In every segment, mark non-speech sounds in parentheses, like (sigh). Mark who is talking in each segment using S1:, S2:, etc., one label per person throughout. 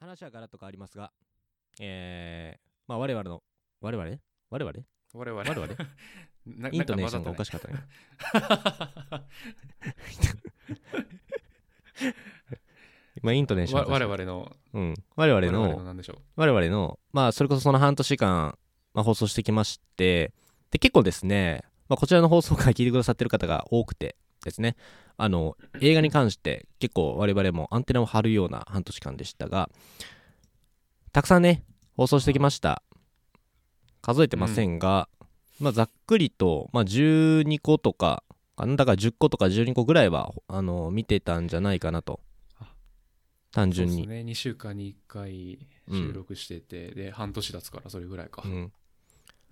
S1: 話はガラッと変わりますが、えー、まあ我々の、我々我々
S2: 我々
S1: 我々
S2: な
S1: イントネーションが
S2: な
S1: お
S2: んか
S1: かしかったね。
S2: 混ざったね
S1: まあイントネーション
S2: わ
S1: がおかし
S2: 我
S1: かった。
S2: 々の
S1: うん。我々
S2: 我々
S1: の
S2: の、何でしょ
S1: 我々の、まあそれこそその半年間、まあ、放送してきまして、で、結構ですね、まあ、こちらの放送回聞いてくださってる方が多くてですね、あの、映画に関して結構我々もアンテナを張るような半年間でしたが、たくさんね、放送してきました。数えてませんが、まあざっくりと、まあ12個とか、なんだから10個とか12個ぐらいは、あの、見てたんじゃないかなと
S2: あ。
S1: 単
S2: うそう
S1: 純
S2: です
S1: に。
S2: ね2週間に1回収録してて、で半年経つからそれぐらいか
S1: うん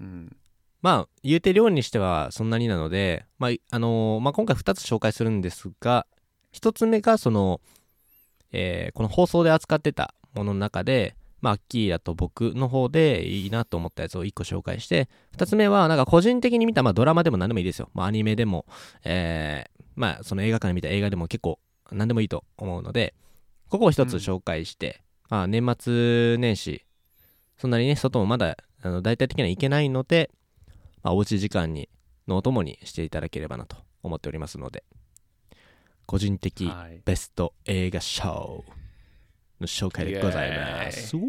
S2: うん、
S1: まあ、言うて量にしてはそんなになので、まあ、いあのーまあ、今回2つ紹介するんですが、1つ目が、その、えーこの放送で扱ってたものの中で、まあ、アッキーラと僕の方でいいなと思ったやつを1個紹介して、2つ目は、なんか個人的に見た、まあ、ドラマでも何でもいいですよ。まあ、アニメでも、えーまあ、その映画館で見た映画でも結構何でもいいと思うので、ここを1つ紹介して、まあ、年末年始、そんなにね、外もまだ、あの大体的には行けないので、まあ、おうち時間にのお供にしていただければなと思っておりますので個人的
S2: はい
S1: ベスト映画賞の紹介でございます。お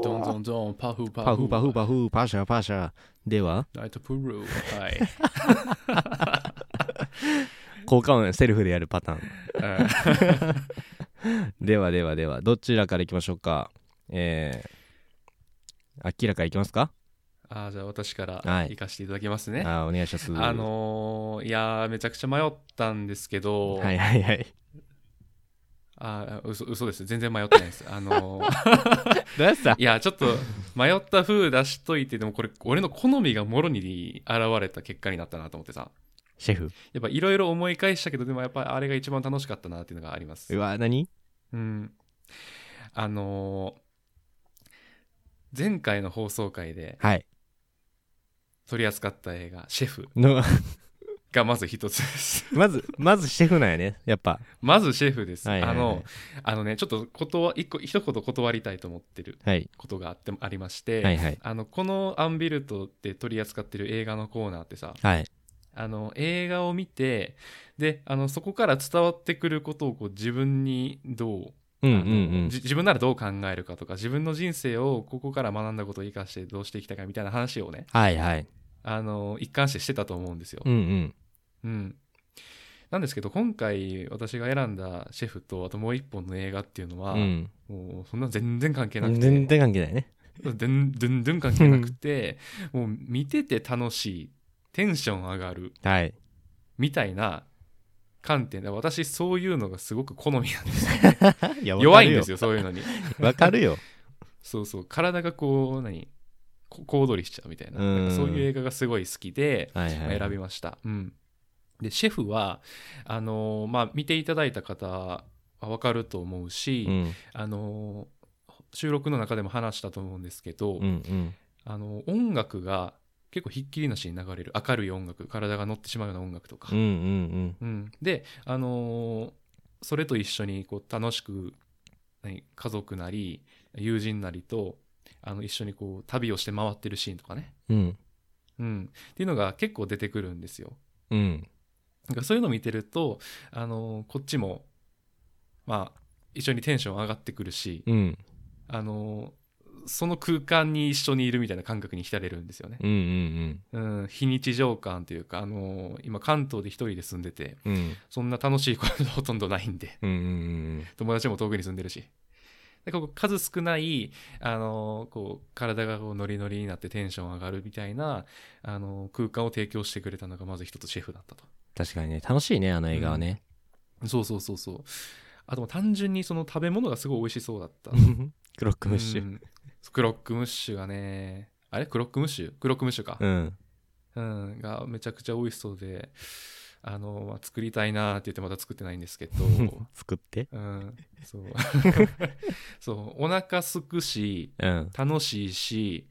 S1: ー
S2: どんどんどんパフ
S1: パ
S2: パフ
S1: フパフパフパシャパシャでは
S2: ライトプルー
S1: (laughs)
S2: はい
S1: 効果音セルフでやるパ
S2: (laughs)
S1: ターン
S2: うん
S1: ではではではどちらからいきましょうかえー、明らかいきますか
S2: あーじゃあ私から
S1: はい
S2: 行かせていただきますね、
S1: あーお願いします
S2: あのーいやーめちゃくちゃ迷ったんですけど、
S1: はいはいはい
S2: あー嘘嘘です全然迷ってないですあのー
S1: どうやってた
S2: いやちょっと迷った風出しといてでもこれ俺の好みがもろに現れた結果になったなと思ってさ
S1: シェフ
S2: やっぱいろいろ思い返したけどでもやっぱあれが一番楽しかったなっていうのがあります
S1: うわ何
S2: うんあのー前回の放送回で
S1: はい
S2: 取り扱った映画「シェフ
S1: の」 (laughs)
S2: がまず一つです (laughs)
S1: まずまずシェフなんやねやっぱ
S2: まずシェフです。
S1: はいはいはい
S2: あの、あのね、ちょっと断一個一言断りたいと思ってる
S1: はい
S2: ことがあってありまして、
S1: はいはい
S2: あのこのアンビルトって取り扱ってる映画のコーナーってさ、
S1: はい
S2: あの映画を見て、で、あのそこから伝わってくることをこう自分にどう、
S1: うんうん
S2: あの
S1: うん
S2: じ自分ならどう考えるかとか、自分の人生をここから学んだことを生かしてどうしていきたいかみたいな話をね、
S1: はいはい
S2: あの一貫してしてたと思うんですよ。
S1: うんうん
S2: うん。なんですけど、今回私が選んだシェフと、あともう一本の映画っていうのは、
S1: うん
S2: もうそんな全然関係なくて、
S1: 全然関係ないね
S2: 全全然関係なくて、もう見てて楽しい、テンション上がる、
S1: はい
S2: みたいな観点で、私そういうのがすごく好みなんですよ。弱
S1: (laughs) 弱
S2: いんです
S1: よ
S2: よ、そういうのに。
S1: わかるよ
S2: そうそう、体がこう、何こ小躍りしちゃうみたいな、
S1: うん
S2: なんかそういう映画がすごい好きで、
S1: はいはい
S2: 選びました。うん、でシェフはあのーまあ、見ていただいた方は分かると思うし、
S1: うん
S2: あのー収録の中でも話したと思うんですけど、
S1: うんうん
S2: あのー音楽が結構ひっきりなしに流れる明るい音楽体が乗ってしまうような音楽とか、
S1: うんうんうん
S2: うんで、あのーそれと一緒にこう楽しく何家族なり友人なりとあの一緒にこう旅をして回ってるシーンとかね、
S1: うん
S2: うん、っていうのが結構出てくるんですよ。
S1: うん
S2: なんかそういうのを見てると、あのこっちも、まあ、一緒にテンション上がってくるし、
S1: うん
S2: あのその空間に一緒にいるみたいな感覚に浸れるんですよね。
S1: うんうん
S2: うん、非日常感というか、あの今関東で一人で住んでて、
S1: うんうん
S2: そんな楽しいことほとんどないんで、
S1: うんうん
S2: 友達も遠くに住んでるし。でこう数少ない、あのこう体がこうノリノリになってテンション上がるみたいな、あの空間を提供してくれたのがまず一つシェフだったと。
S1: 確かにね楽しいねあの映画はね
S2: そうそうそうそう。あともう単純にその食べ物がすごい美味しそうだった。
S1: クロックムッシ
S2: う
S1: ュ
S2: んクロックムッシュがね、あれクロックムッシュクロックムッシュか
S1: う。ん
S2: うん、がめちゃくちゃ美味しそうで、あの、まあ、作りたいなって言ってまだ作ってないんですけ (laughs) ど、
S1: 作って
S2: うん、そう。 (laughs) そう、お腹すくし、
S1: うん
S2: 楽しいし、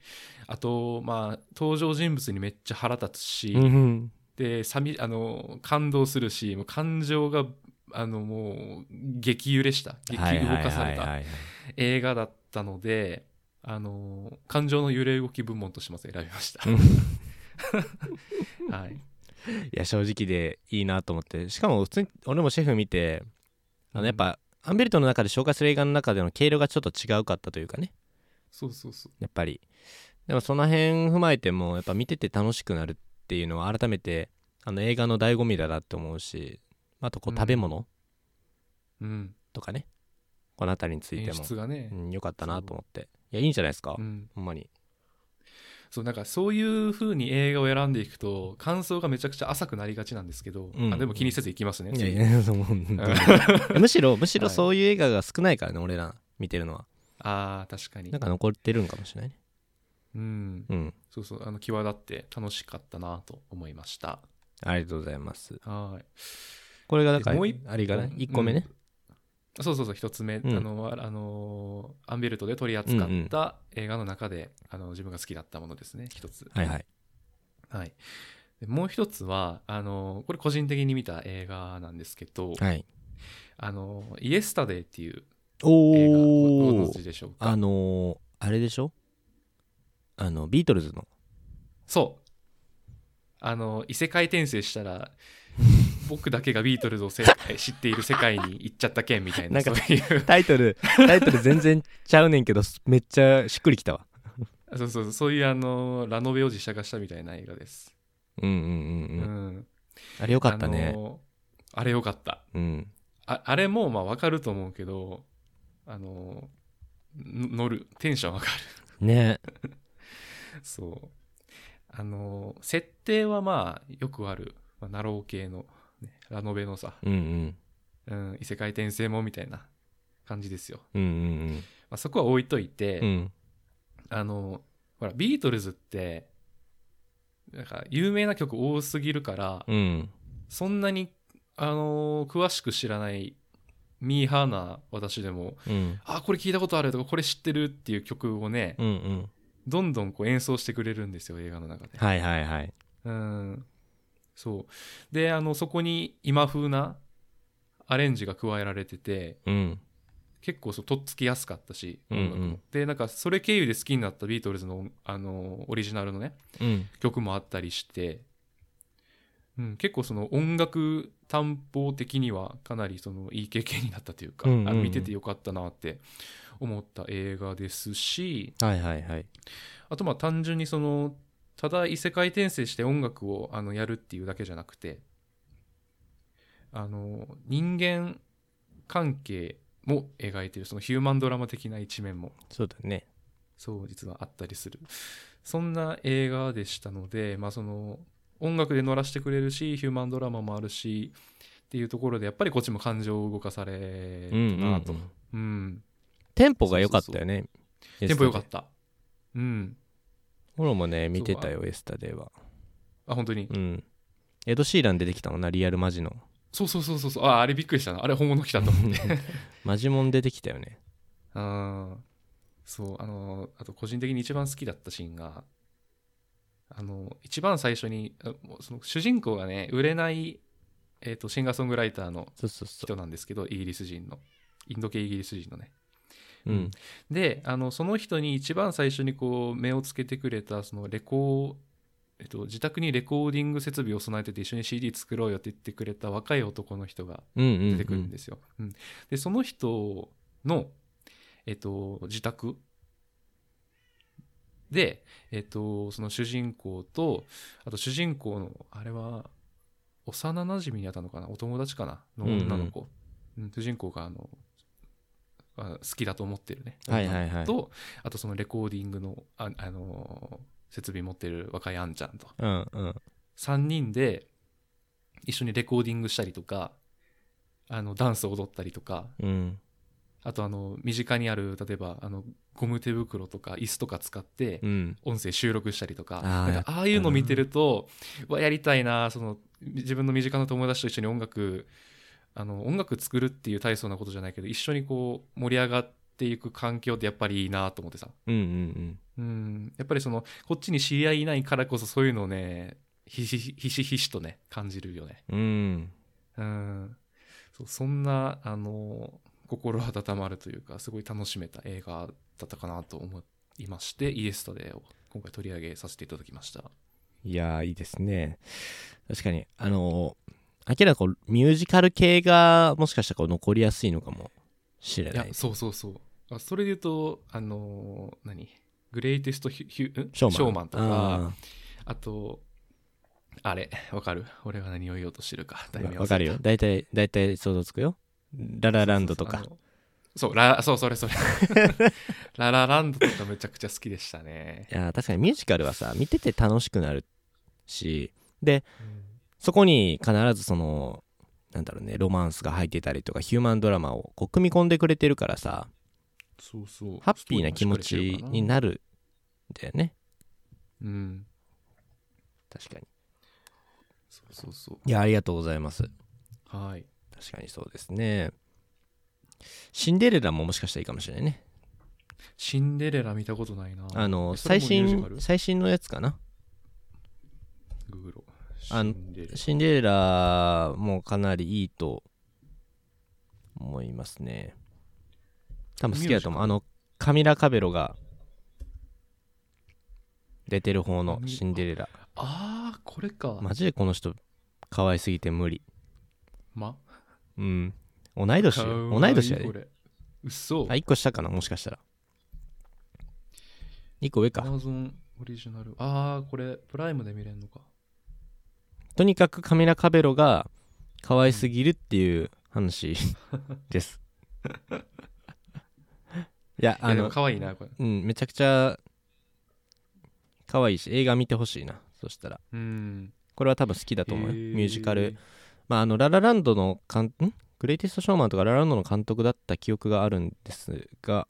S2: あと、まあ、登場人物にめっちゃ腹立つし、
S1: うんうん
S2: で寂あの感動するしもう感情があのもう激揺れした激動かされた
S1: い
S2: 映画だっったので、あのー感情の揺れ動き部門としてまず選びました。 (laughs) はい。
S1: いや正直でいいなと思ってしかも普通に俺もシェフ見てあ
S2: うん
S1: のやっぱ、アンベルトの中で紹介する映画の中での経路がちょっと違うかったというかね
S2: そうそうそう。
S1: やっぱりでもその辺踏まえてもやっぱ見てて楽しくなるっていうのは改めてあの映画の醍醐味だなって思うしあとこ
S2: う
S1: うん食べ物
S2: うん。
S1: とかね、この辺りについて
S2: 演
S1: も、
S2: 出がね
S1: う。ん、よかったなと思っていやいいんじゃないですか、
S2: うん。
S1: ほんまに
S2: そう、なんかそういう風に映画を選んでいくと、感想がめちゃくちゃ浅くなりがちなんですけど、
S1: うん
S2: あでも気にせずいきますね。
S1: いやい
S2: 次
S1: やそう本当に (laughs) むしろむしろ
S2: はい
S1: そういう映画が少ないからね、俺ら見てるのは
S2: ああ、確かに
S1: なん。か残ってるんかもしれないね
S2: うん。
S1: うん
S2: そうそう、あの、際立って楽しかったなと思いました。
S1: ありがとうございます
S2: はい。
S1: これがだから
S2: もう一
S1: あれがね
S2: うん
S1: 1個目ね、
S2: うんそうそうそう一つ目、
S1: うん
S2: あのああのアンベルトで取り扱った映画の中で、あの自分が好きだったものですね一つ
S1: はいはい
S2: はいでもう一つはあのこれ個人的に見た映画なんですけど、
S1: はい
S2: あのイエスタデイっていう
S1: お
S2: 映画
S1: お
S2: ごご存知でしょうか
S1: あのーあれでしょあのビートルズの
S2: そうあの異世界転生したら僕だけがビートルズをせ知っている世界に行っちゃった件みたいな
S1: なんか
S2: そういう (laughs)
S1: タイト (laughs) ルタイトル全然ちゃうねんけどめっちゃしっくりきたわ
S2: そうそうそうそういうあのラノベを実写化したみたいな映画です、
S1: うんうんうんうん、
S2: うん
S1: あれよかった
S2: あ
S1: ね、
S2: のーあれよかった
S1: うん
S2: ああれもまあわかると思うけどあのーの乗る (laughs) テンションわか
S1: ね
S2: るそうあのー設定はまあよくある、まあ、ナロー系の、ね、ラノベのさ、
S1: うんうん
S2: うん、異世界転生もんみたいな感じですよ、
S1: うんうん
S2: まあ、そこは置いといて、
S1: うんうん
S2: あのーほらビートルズってなんか有名な曲多すぎるから、
S1: うん
S2: そんなにあのー詳しく知らないミーハーな私でも
S1: うん
S2: あこれ聞いたことあるとかこれ知ってるっていう曲をね、
S1: うんうん
S2: どんどんこう演奏してくれるんですよ映画の中で。
S1: はいはいはい
S2: うんそうであのそこに今風なアレンジが加えられてて
S1: うん
S2: 結構そうとっつきやすかったし、
S1: うんうん
S2: 音楽もでなんかそれ経由で好きになったビートルズの、あのオリジナルのね
S1: うん
S2: 曲もあったりして、うん、結構その音楽担保的にはかなりそのいい経験になったというか、
S1: うんうんうん
S2: あ見ててよかったなって思った映画ですし
S1: はいはいはい
S2: あとまあ単純にそのただ異世界転生して音楽をあのやるっていうだけじゃなくてあの人間関係も描いてるそのヒューマンドラマ的な一面も
S1: そうだね
S2: そう実はあったりするそんな映画でしたのでまあその音楽で乗らせてくれるしヒューマンドラマもあるしっていうところでやっぱりこっちも感情を動かされ
S1: うん
S2: る
S1: うんう
S2: なと
S1: ん
S2: うん
S1: テンポが良かったよね
S2: テンポ良か
S1: エ
S2: っ
S1: スタデ
S2: たう
S1: イ
S2: ん
S1: 俺もね見てたよエスタデイは
S2: あ本当に
S1: うんエド・シーラン出てきたもんなリアルマ
S2: (laughs)
S1: ジの
S2: そうそうそうそうそうああれびっくりしたなあれ本物来たと思って
S1: マジモン出てきたよね
S2: あーそうあのあと個人的に一番好きだったシーンがあの一番最初にあもうその主人公がね売れない、えー、とシンガーソングライターの
S1: そうそうそ
S2: 人なんですけどイギリス人のインド系イギリス人のね
S1: ううん
S2: であのその人に一番最初にこう目をつけてくれたそのレコー、えっと、自宅にレコーディング設備を備えてて一緒に CD 作ろうよって言ってくれた若い男の人が
S1: うんうんうん
S2: 出てくるんですよ、うんでその人の、えっと、自宅で、えっと、その主人公とあと主人公のあれは幼なじみにあたのかなお友達かなの女の子、うん主人公があのあ好きだと思ってるね、
S1: はいはいはい
S2: とあとそのレコーディングのあ、あのー設備持ってる若いあんちゃんと
S1: うんうん
S2: 3人で一緒にレコーディングしたりとかあのダンスを踊ったりとか
S1: うん
S2: あとあの身近にある例えばあのゴム手袋とか椅子とか使って
S1: うん
S2: 音声収録したりと
S1: あ
S2: か
S1: ー
S2: なん
S1: や
S2: か
S1: っ
S2: ああいうの見てるとうわやりたいなその自分の身近な友達と一緒に音楽あの音楽作るっていう大層なことじゃないけど一緒にこう盛り上がっていく環境ってやっぱりいいなと思ってさ
S1: うんうん
S2: うんやっぱりそのこっちに知り合いいないからこそそういうのをねひしひしひしとね感じるよね
S1: うんうん
S2: うんそうそんなあの心温まるというかすごい楽しめた映画だったかなと思いましてイエスタデーを今回取り上げさせていただきました
S1: いやーいいですね確かにあのー明らかにこうミュージカル系がもしかしたらこう残りやすいのかもしれ
S2: い
S1: な
S2: や
S1: い
S2: そうそうそうあそれで言うとあのー何グレイテストヒュヒュん
S1: ショーマン
S2: とかあ
S1: あ
S2: とあれわかる俺が何を言おうとしてるか題名忘れ
S1: ー
S2: た
S1: わかるよ大体大体想像つくよララランドとか
S2: そうそうそうあのそうラそうそれ
S1: (laughs)
S2: それララランドとかめちゃくちゃ好きでしたね
S1: いやー確かにミュージカルはさ見てて楽しくなるしでそこに必ずそのなんだろうねロマンスが入ってたりとかヒューマンドラマをこう組み込んでくれてるからさ
S2: そうそう
S1: ハッピーな気持ちになるんだよね
S2: うん
S1: 確かに
S2: そうそうそ
S1: いやありがとうございます
S2: うはい
S1: 確かにそうですねシンデレラももしかしたらいいかもしれないね
S2: シンデレラ見たことないな
S1: あの
S2: えそれ
S1: 最
S2: もミュージ
S1: 新
S2: カル
S1: 最新のやつかな
S2: ググロ
S1: あの
S2: シンデレラ
S1: シンデレラもかなりいいと思いますね多分好きだと思うあのカミラ・カベロが出てる方のシンデレラ
S2: ああこれか
S1: マジでこの人可愛すぎて無理
S2: ま
S1: うん同い年
S2: か
S1: よ
S2: わ
S1: 同い年やで
S2: これ嘘
S1: あ1個下かなもしかしたら1個上
S2: ア
S1: か
S2: マゾンオリジナルああこれプライムで見れるのか
S1: とにかくカメラカベロが可愛すぎるっていう話です。いや、
S2: あ
S1: あ
S2: の
S1: の、
S2: 可愛いなこれ
S1: うん、めちゃくちゃ可愛いし、映画見てほしいな、そしたら。
S2: うん
S1: これは多分好きだと思うよ、
S2: へー
S1: ミュージカル。まあ、あの、ララランドの監、んグレイテストショーマンとかララランドの監督だった記憶があるんですが、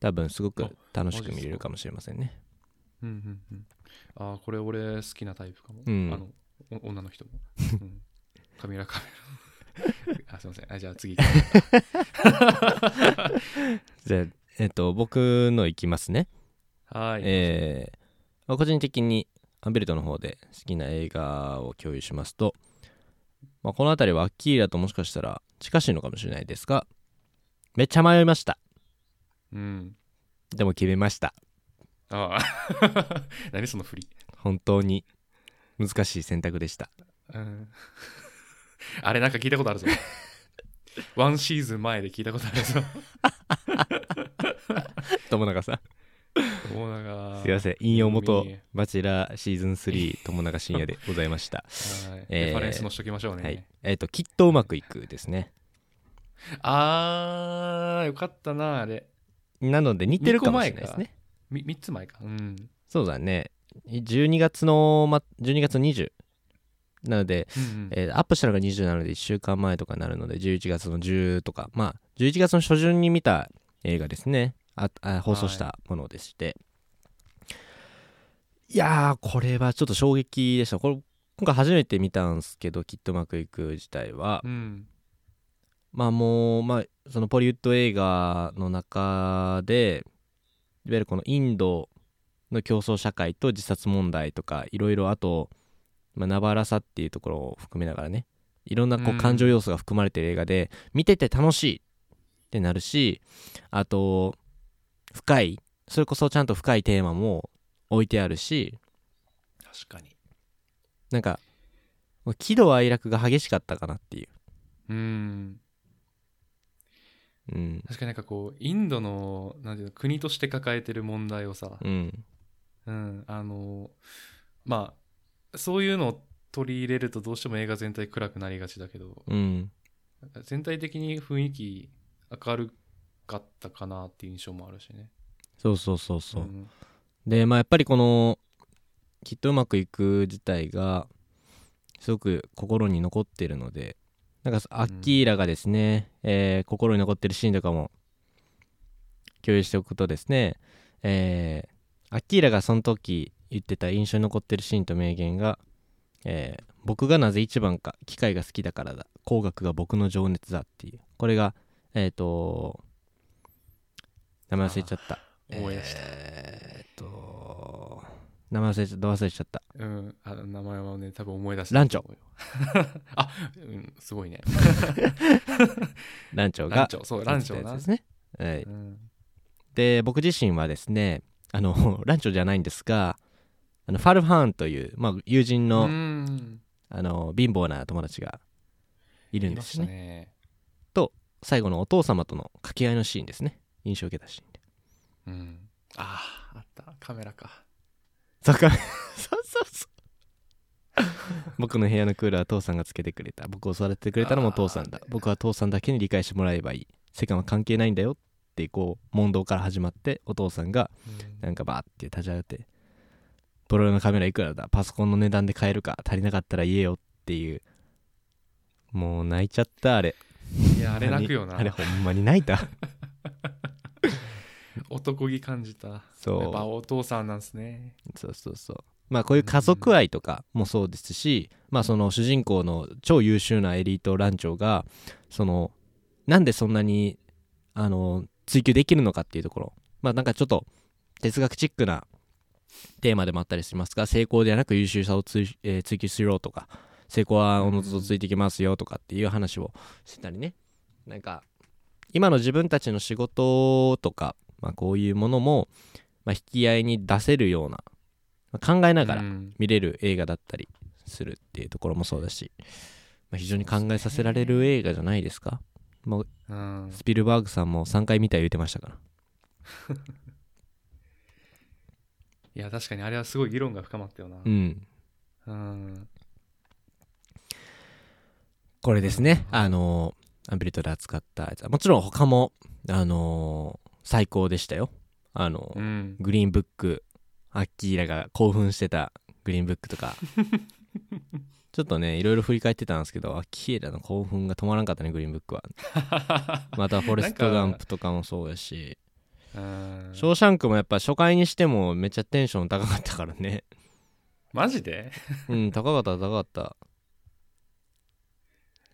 S1: 多分すごく楽しく見れるかもしれませんね。
S2: うんうんうん、ああこれ俺好きなタイプかも、
S1: うん
S2: あのお女
S1: (laughs)
S2: の人も、うん、カメラカメラ (laughs) あすいませんあじゃあ次行きます
S1: じゃあ、えっと、僕のいきますね。
S2: はい、
S1: えーまあ個人的にアンベルトの方で好きな映画を共有しますと、まあ、この辺りはアッキーラともしかしたら近しいのかもしれないですがめっちゃ迷いました
S2: うん
S1: でも決めました
S2: ああ (laughs) 何その振り、
S1: 本当に難しい選択で
S2: (laughs)
S1: した
S2: うん、あれなんか聞いたこと
S1: (laughs)
S2: あるぞワンシーズン前で聞いたことあるぞ
S1: 友永さん
S2: 友永
S1: すいません引用元
S2: 耳
S1: バチェラーシーズン3友
S2: (laughs)
S1: 永深也でございました、
S2: はい
S1: えー
S2: レファレンスのしときましょうね、
S1: はいえっ、ときっとうまくいくですね
S2: あーよかったなあれ
S1: なので似てるかもしれないですね
S2: み3つ前かうん、
S1: そうだね12月の、ま、12月の20なので
S2: うんうん
S1: えーアップしたのが20なので1週間前とかになるので11月の10とかまあ11月の初旬に見た映画ですねああ放送したものでして、い、やーこれはちょっと衝撃でしたこれ今回初めて見たんですけどきっとうまくいく自体は、
S2: うん
S1: まあもう、まあ、そのポリウッド映画の中でいわゆるこのインドの競争社会と自殺問題とかいろいろあと、まあ、ナバラさっていうところを含めながらねいろんなこ
S2: う
S1: うん感情要素が含まれてる映画で、見てて楽しいってなるしあと深いそれこそちゃんと深いテーマも置いてあるし
S2: 確かに
S1: なんか喜怒哀楽が激しかったかなっていう、
S2: うん
S1: うん
S2: 確かになんかこうインドのなんていうの国として抱えてる問題をさ、
S1: うん、
S2: うん、あのまあそういうのを取り入れるとどうしても映画全体暗くなりがちだけど
S1: うん、
S2: 全体的に雰囲気明るかったかなっていう印象もあるしね。
S1: そうそうそうそう、
S2: ん
S1: でまあやっぱりこのきっとうまくいく自体がすごく心に残ってるのでなんかアッキーラがですね、えー心に残ってるシーンとかも共有しておくとですね、えーアッキーラがその時言ってた印象に残ってるシーンと名言が、えー僕がなぜ一番か機械が好きだからだ工学が僕の情熱だ」っていうこれがえっ、と名前忘れちゃった
S2: 思い出した
S1: えーっと名前忘れちゃった忘れちゃった
S2: うん、あの名前はね、多分思い出す。
S1: ランチョ。
S2: (laughs) あ、うん、すごいね。
S1: ランチョ
S2: ラン
S1: が
S2: チョ、そう、ランチョ
S1: 作った
S2: な。
S1: やつですね、はい、
S2: うん
S1: で僕自身はですねあの (laughs) ランチョじゃないんですがあのファルファーンという、まあ、友人の,、
S2: うん
S1: あの貧乏な友達がいるん
S2: い
S1: で
S2: ますし
S1: ね
S2: たね。
S1: 最後のお父様との掛け合いのシーンですね印象を受けたシーンで
S2: うん。ああ、あった。カメラか。
S1: そうかそうそうそう (laughs) 僕の部屋のクーラーは父さんがつけてくれた僕を育ててくれたのも父さんだ
S2: あー
S1: 僕は父さんだけに理解してもらえばいい世間は関係ないんだよってこう問答から始まってお父さんがなんかバーって立ち上がって「プロ用のカメラいくらだパソコンの値段で買えるか足りなかったら言えよ」っていうもう泣いちゃったあれ
S2: いや、あれ泣くよな
S1: あ。れほんまに泣い
S2: (laughs)
S1: た
S2: 男気感じた。
S1: そう
S2: やっぱお父さんなんすね。
S1: そうそうそうまあこういう家族愛とかもそうですし、まあその主人公の超優秀なエリートランチョがそのなんでそんなにあの追求できるのかっていうところまあなんかちょっと哲学チックなテーマでもあったりしますが成功ではなく優秀さを追,、えー追求しろとか成功はおのずとついてきますよとかっていう話をしてたりねなんか今の自分たちの仕事とか、まあ、こういうものも、まあ、引き合いに出せるような、まあ考えながら
S2: うん
S1: 見れる映画だったりするっていうところもそうだし、まあ、非常に考えさせられる映画じゃないですか、まあ、
S2: うん。
S1: スピルバーグさんも3回見たい言ってましたから
S2: いや、確かにあれはすごい議論が深まったよな
S1: う。ん
S2: うん。
S1: これですねあのアンビリトで扱ったやつはもちろん他もあの最高でしたよあの (laughs)
S2: うん。
S1: グリーンブックアッキーらが興奮してたグリーンブックと
S2: (laughs)
S1: かちょっとねいろいろ振り返ってたんですけどアッキーらの興奮が止まらんかったねグリーンブックはま
S2: (laughs)
S1: たフォレスト・ガンプとかもそうやし
S2: うん
S1: 「ショーシャンク」もやっぱ初回にしてもめっちゃテンション高かったから
S2: (laughs)
S1: ね
S2: マジで
S1: うん高かった高かった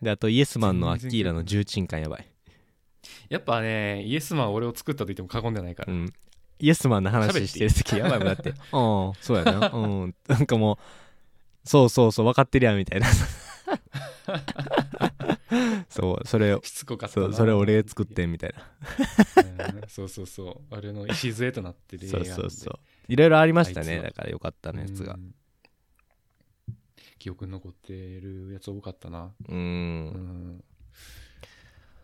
S1: であとイエスマンのアッキーらの重鎮感やばい、
S2: やっぱね、イエスマンは俺を作ったと言っても過言ではないから
S1: う。ん、イエスマンの話してる時やばいもんだって「 (laughs) うんそうや (laughs) なうん」なんかもう「そうそうそう分かってるやん」みたいな (laughs) そうそれ
S2: しつこかった
S1: そ
S2: な
S1: うそれ俺作ってんみたいな
S2: うんそうそうそう。あれの礎となってる映
S1: そう
S2: 画なんで。
S1: そうそういろいろありました
S2: あい
S1: ね
S2: つの
S1: だからよかったのやつが
S2: うん。記憶に残ってるやつ多かったな。
S1: うん
S2: うん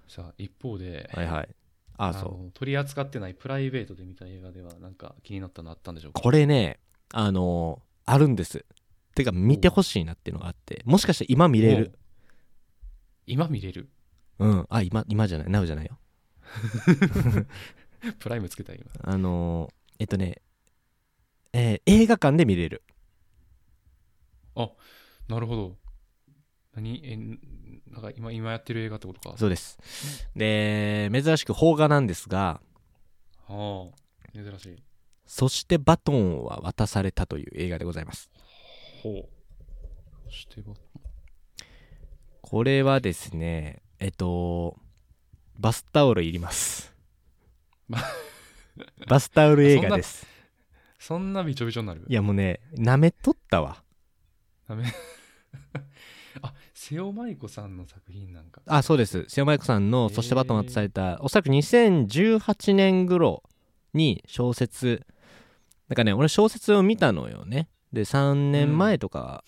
S2: さあ、一方で、
S1: はいはいあそう
S2: の取り扱ってないプライベートで見た映画では、なんか気になったのあったんでしょうか
S1: これねあのーあるんですてか見てほしいなっていうのがあってもしかして今見れる。
S2: お今見れる。 (laughs)
S1: うんあ今今じゃない NOW じゃないよ
S2: プライムつけた今。
S1: あのーえっとねえー映画館で見れる
S2: なるほど。何え、んなんか今今やってる映画ってことか。
S1: そうです。で、珍しく邦画なんですが、
S2: ああ、珍しい。
S1: そしてバトンは渡されたという映画でございます。
S2: ほう。そしてば、
S1: これはですね、えっと、バスタオルいり
S2: (laughs)
S1: ます
S2: ま。
S1: バスタオル映画です。
S2: そんなびちょびちょになる
S1: いやもうね、舐めとったわ。
S2: ダメ。あ、瀬尾舞子さんの作品なんか。
S1: あ、そうです。瀬尾麻衣子さんの「そしてバトンは渡された」おそらく2018年頃に小説、なんかね、俺小説を見たのよね。で、3年前とか、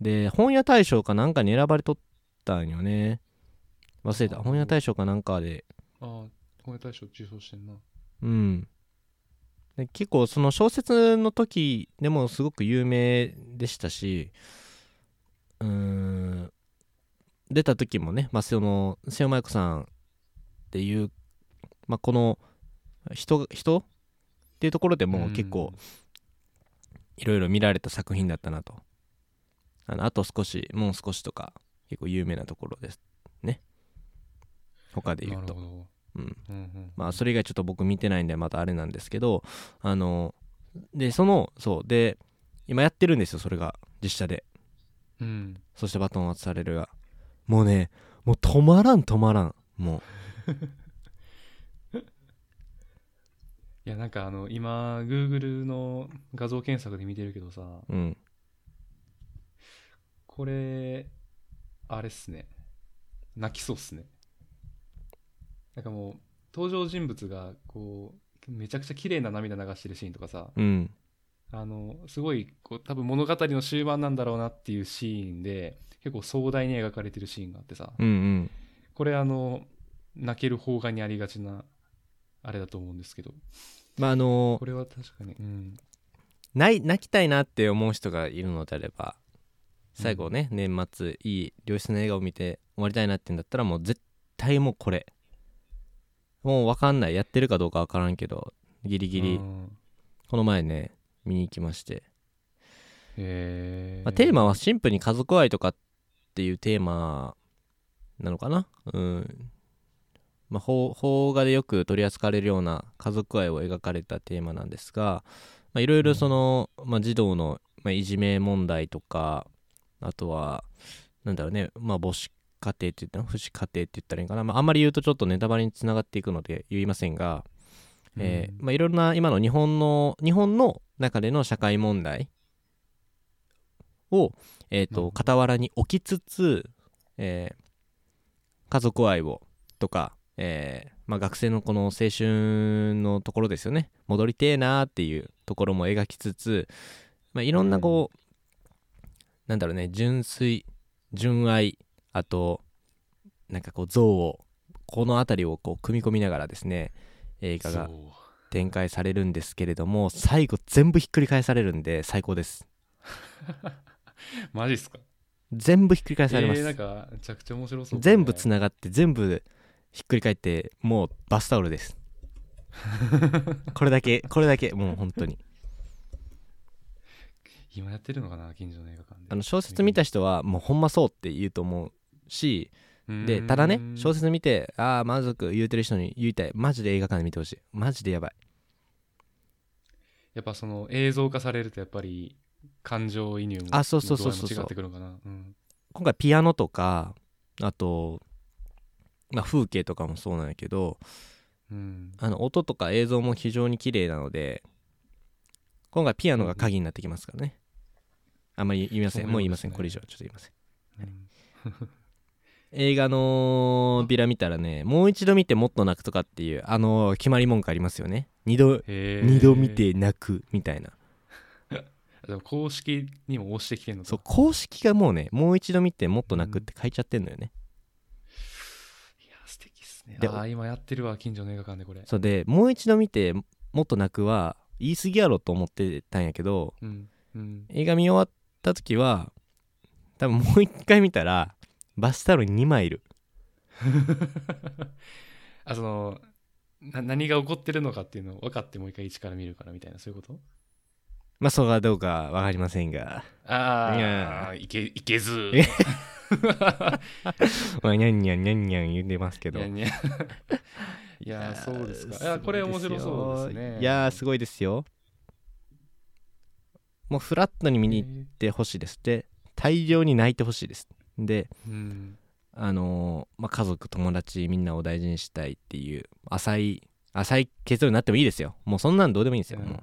S1: で、本屋大賞かなんかに選ばれとったんよね。忘れた。
S2: あ
S1: 本屋大賞かなんかで。
S2: ああ、小屋大賞受賞してんな。
S1: うん。で結構その小説の時でもすごく有名でしたし、うーん、出た時もね、まあ、その瀬尾麻衣子さんっていう、まあ、この人人っていうところでも結構いろいろ見られた作品だったなとあのあと少しもう少しとか結構有名なところですね他で
S2: うん、
S1: 言
S2: な
S1: うと
S2: るほど。
S1: うん
S2: うんうん、
S1: まあそれ以外ちょっと僕見てないんでまたあれなんですけどあのでそのそうで今やってるんですよそれが実写で
S2: うん。
S1: そしてバトンを渡されるがもうねもう止まらん止まらんもう
S2: いやなんかあの今 Google の画像検索で見てるけどさ
S1: うん。
S2: これあれっすね泣きそうっすねなんかもう登場人物がこうめちゃくちゃ綺麗な涙流してるシーンとかさ
S1: うん。
S2: あのすごいこう多分物語の終盤なんだろうなっていうシーンで結構壮大に描かれてるシーンがあってさ
S1: うんうん。
S2: これあの泣ける方がにありがちなあれだと思うんですけど
S1: まあ、あの
S2: これは確かにうん
S1: ない泣きたいなって思う人がいるのであれば最後ね、年末いい良質な映画を見て終わりたいなってんだったらもう絶対もうこれもう分かんないやってるかどうか分からんけどギリギリ
S2: うん
S1: この前ね見に行きまして、
S2: へ
S1: まあ、テーマはシンプルに家族愛とかっていうテーマなのかなうんまあ邦邦画でよく取り扱われるような家族愛を描かれたテーマなんですがまあいろいろその、まあ、児童の、まあ、いじめ問題とかあとはなんだろうねまあ母子家庭って言ったの不死家庭って言ったらいいのかな、まあ、あんまり言うとちょっとネタバレにつながっていくので言いませんが、えーまあ、いろいろな今の日本の日本の中での社会問題を、えー、
S2: なるほ
S1: と
S2: ど
S1: 傍らに置きつつ、えー家族愛をとか、えーまあ、学生のこの青春のところですよね戻りてえなーっていうところも描きつつ、まあ、いろんなこう、なんだろうね純粋純愛あとなんかこう憎悪この辺りをこう組み込みながらですね映画が
S2: そう
S1: 展開されるんですけれども最後全部ひっくり返されるんで最高です
S2: マジっすか
S1: 全部ひっくり返されます、
S2: えーなんかめちゃくちゃ面白そう、
S1: 全部つ
S2: な
S1: ながって全部ひっくり返ってもうバスタオルです
S2: (laughs)
S1: これだけこれだけもう本当に
S2: 今やってるのかな近所の映画館で
S1: あの小説見た人はもうほんまそうって言うと思うしでただね小
S2: 説
S1: 説見てああ満足言うてる人に言いたいマジで映画館で見てほしいマジでやばい
S2: やっぱその映像化されるとやっぱり感情移入も
S1: あそうそうそうそう
S2: 度合いも違ってくるのかなうん
S1: 今回ピアノとかあと、まあ、風景とかもそうなんやけど
S2: うん
S1: あの音とか映像も非常に綺麗なので今回ピアノが鍵になってきますからねあんまり言いません
S2: そういうこと
S1: もう言いません
S2: ですね
S1: これ以上はちょっと言いません
S2: うん
S1: 映画のビラ見たらねもう一度見てもっと泣くとかっていうあの決まり文句ありますよね二度
S2: へー
S1: 二度見て泣くみたいな
S2: あでも公式にも押してきてるのか
S1: そう公式がもうねもう一度見てもっと泣くって書いちゃってんのよね
S2: いや素敵っすね
S1: で
S2: ああ今やってるわ近所の映画館でこれ
S1: そうでもう一度見てもっと泣くは言い過ぎやろと思ってたんやけど
S2: うんうん (laughs)
S1: 映画見終わった時は多分もう一回見たらバスタオルに2枚いる
S2: あそのな何が起こってるのかっていうのを分かってもう一回一から見るからみたいなそういうこと
S1: まあそれはどうか分かりませんがい
S2: あ
S1: や
S2: あいけいけず
S1: え (laughs) まあにゃんにゃんにゃんにゃん言って (laughs) ますけど
S2: いやいやいやーそうですかいやこれ面白そうですね
S1: いやーすごいですよもうフラットに見に行っ
S2: え
S1: てほしいですで大量に泣いてほしいですで
S2: ーうん
S1: あのーまあ、家族友達みんなを大事にしたいっていう浅い浅い結論になってもいいですよもうそんなんどうでもいいんですよ、
S2: うん
S1: も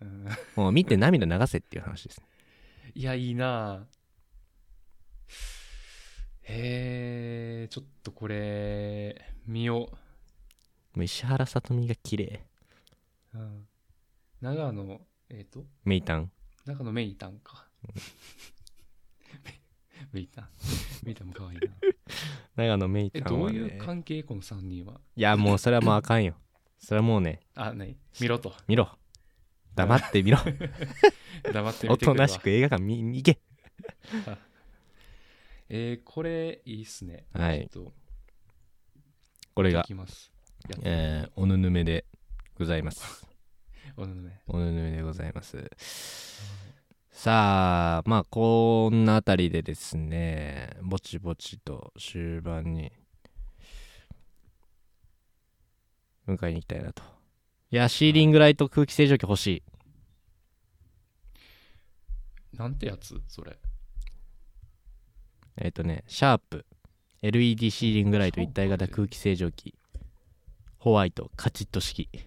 S2: うん
S1: うもう見て涙流せっていう話です
S2: いやいいなあへえちょっとこれ見よ
S1: もう石原さとみが綺麗
S2: う、うん、長野えっ、と
S1: メイタン
S2: 長野メイタン
S1: (laughs)
S2: かメイタンメイタンも可愛いな
S1: (laughs) 長野メイ
S2: え
S1: タン
S2: ど
S1: は、
S2: う
S1: ね、
S2: いう関係この3人はい
S1: やもうそれはもうあかん
S2: (laughs)
S1: よそれはもうね
S2: あ何見ろと
S1: 見ろ黙って見
S2: (laughs)
S1: ろ
S2: 黙って
S1: おと
S2: 見てくれわ
S1: なしく映画館見に行け
S2: えー、これいいっすね
S1: はい
S2: ちょっと
S1: これ
S2: 行
S1: が、
S2: きますやって
S1: えー、おぬぬめでございます
S2: おのね
S1: おぬぬめでございますさあまあこんなあたりでですねぼちぼちと終盤に迎えに行きたいなといやシーリングライト空気清浄機欲しい
S2: なんてやつそれ
S1: えっ、とね、シャープ、LED シーリングライト一体型空気清浄機、ホワイト、カチッと式。
S2: 切っ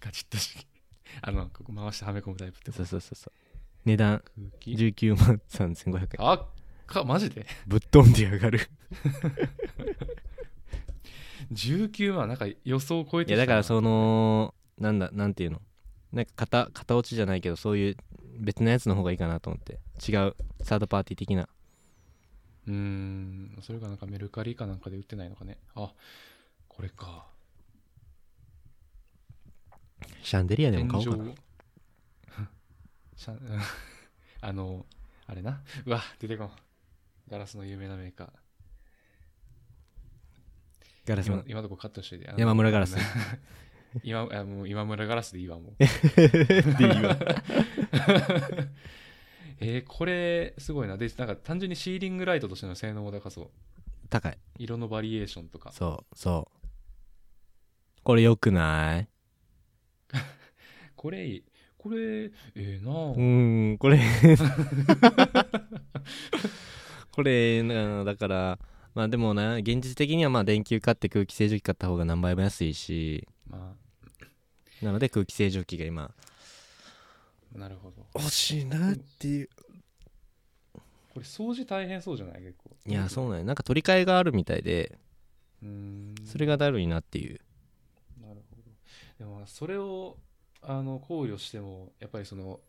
S2: た時期 (laughs) あのここ回してはめ込むタイプってこと
S1: そうそうそうそう値段
S2: 空気
S1: 19万3500円
S2: あかマジで (laughs)
S1: ぶっ飛んでやが (laughs) る
S2: 19万なんか予想を超え
S1: い
S2: て
S1: や
S2: き
S1: だ
S2: たな
S1: からそのなんだなんていうのなんか型型落ちじゃないけどそういう別のやつの方がいいかなと思って違うサードパーティー的な
S2: うーんそれがなんかメルカリかなんかで売ってないのかねあこれか
S1: シャンデリアでも買おうかな
S2: 天井を (laughs) シャン (laughs) あのあれなうわ出てこんガラスの有名なメーカー
S1: ガラス
S2: 今
S1: の
S2: 今のとこカットしといてあの
S1: 山村ガラス
S2: (laughs) 今あもう今村ガラスでいいわもう
S1: (laughs) でいいわ
S2: (laughs) えーこれすごいなでなんか単純にシーリングライトとしての性能も高そう
S1: 高い
S2: 色のバリエーションとか
S1: そうそうこれよくない
S2: これいいこれええな
S1: う
S2: あ、
S1: ーんこ (laughs) れこれなだからまあでもな現実的にはまあ電球買って空気清浄機買った方が何倍も安いし
S2: ま
S1: なので空気清浄機が今
S2: あなるほど
S1: 欲しいなっていう
S2: これ掃除大変そうじゃない結構
S1: いやそうなんやなんか取り替えがあるみたいで
S2: うーん
S1: それがだるいなっていう
S2: なるほどでもまあそれをあの考慮してもやっぱりその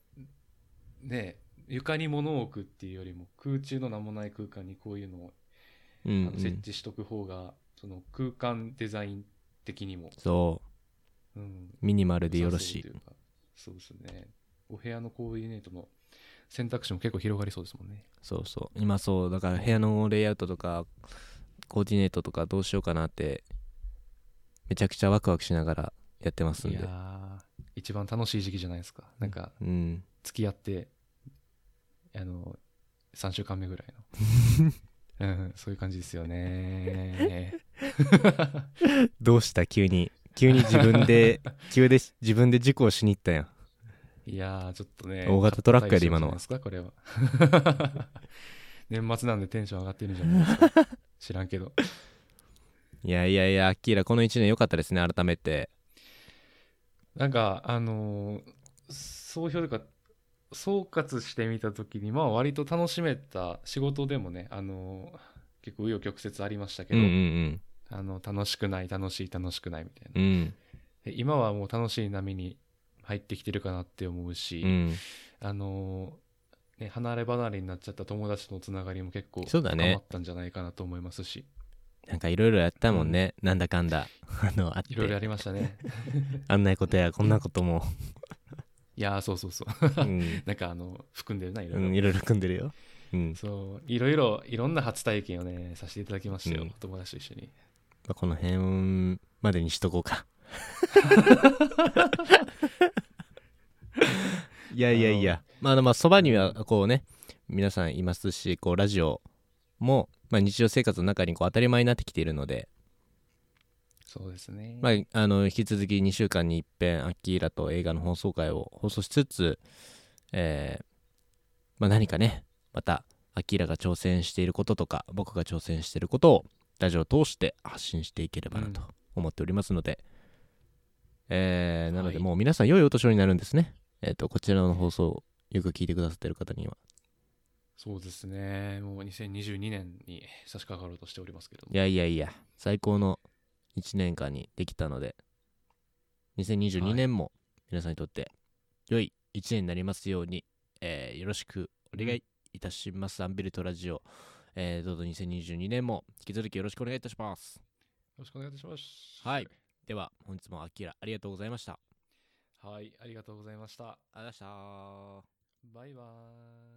S2: ね床に物を置くっていうよりも空中の名もない空間にこういうのを
S1: うん、
S2: あ
S1: う
S2: の設
S1: ん、
S2: 置しとく方がその空間デザイン的にも、
S1: そ
S2: うん、
S1: うミニマルでよろし
S2: 良さ
S1: い
S2: そうとうかそうですねお部屋のコーディネートの選択肢も結構広がりそうですもんね
S1: そうそう今そうだから部屋のレイアウトとかコーディネートとかどうしようかなってめちゃくちゃワクワクしながらやってますん
S2: い
S1: で
S2: やー一番楽しい時期じゃないですかなんか
S1: うん
S2: 付き合ってあの3週間目ぐらい
S1: (laughs)
S2: の、うん、そういう感じですよね
S1: どうした急に急に自分
S2: (laughs)
S1: で急で自分で事故をしに行ったやん
S2: いやーちょっとね
S1: 大型トラックやで今のは
S2: 買った対象じゃないですかこれは (laughs) 年末なんでテンション上がってるんじゃないで
S1: (laughs)
S2: すか知らんけど
S1: いやいやいやアッキーラこの1年良かったですね改めて
S2: なんかあのー総評というか総括してみた時にまあ割と楽しめた仕事でもねあのー結構紆余曲折ありましたけ
S1: うんう
S2: ど、
S1: ん
S2: あの楽しくない楽しい楽しくないみたいな
S1: うんうん
S2: で今はもう楽しい波に入ってきてるかなって思うし、
S1: うん
S2: あのーね、離れ離れになっちゃった友達とのつながりも結構
S1: そうだね
S2: 深まったんじゃないかなと思いますし、
S1: なんかいろいろやったもんね、なんだかんだあのあっ
S2: いろいろ
S1: て
S2: やりましたね。
S1: (laughs) あんないことやこんなことも、
S2: いやーそうそうそう。
S1: うん
S2: なんかあの含んでるな、いろ
S1: う
S2: いろ。
S1: ん、いろいろ組んでるよ、うん
S2: そういろいろいろんな初体験をねさせていただきましたよ、
S1: うん
S2: 友達と一緒に
S1: まあこの辺までにしとこうか (laughs) いやいやいやまあでもまあそばにはこうね皆さんいますしこうラジオも、まあ、日常生活の中にこう当たり前になってきているので、
S2: そうですね、
S1: まあ、あの引き続き2週間に一遍アッキーラと映画の放送会を放送しつつ、えーまあ、何かねまたアッキーラが挑戦していることとか僕が挑戦していることをラジオを通して発信していければなと思っておりますので、えーなので
S2: はい
S1: もう皆さん良いお年をになるんですね、えー、とこちらの放送をよく聞いてくださっている方には
S2: そうですねもう2022年に差し掛かろうとしておりますけども
S1: いやいやいや最高の1年間にできたので
S2: は
S1: 2022
S2: い
S1: 年も皆さんにとって良い1年になりますように、えーよろしくお願いいたします、アンビルトラジオ、えーどうぞ2022年も引き続きよろしくお願いいたします
S2: よろしくお願いいたします
S1: はいでは本日もアキラありがとうございました
S2: はいありがとうございました
S1: ありがとうございました
S2: バイバーイ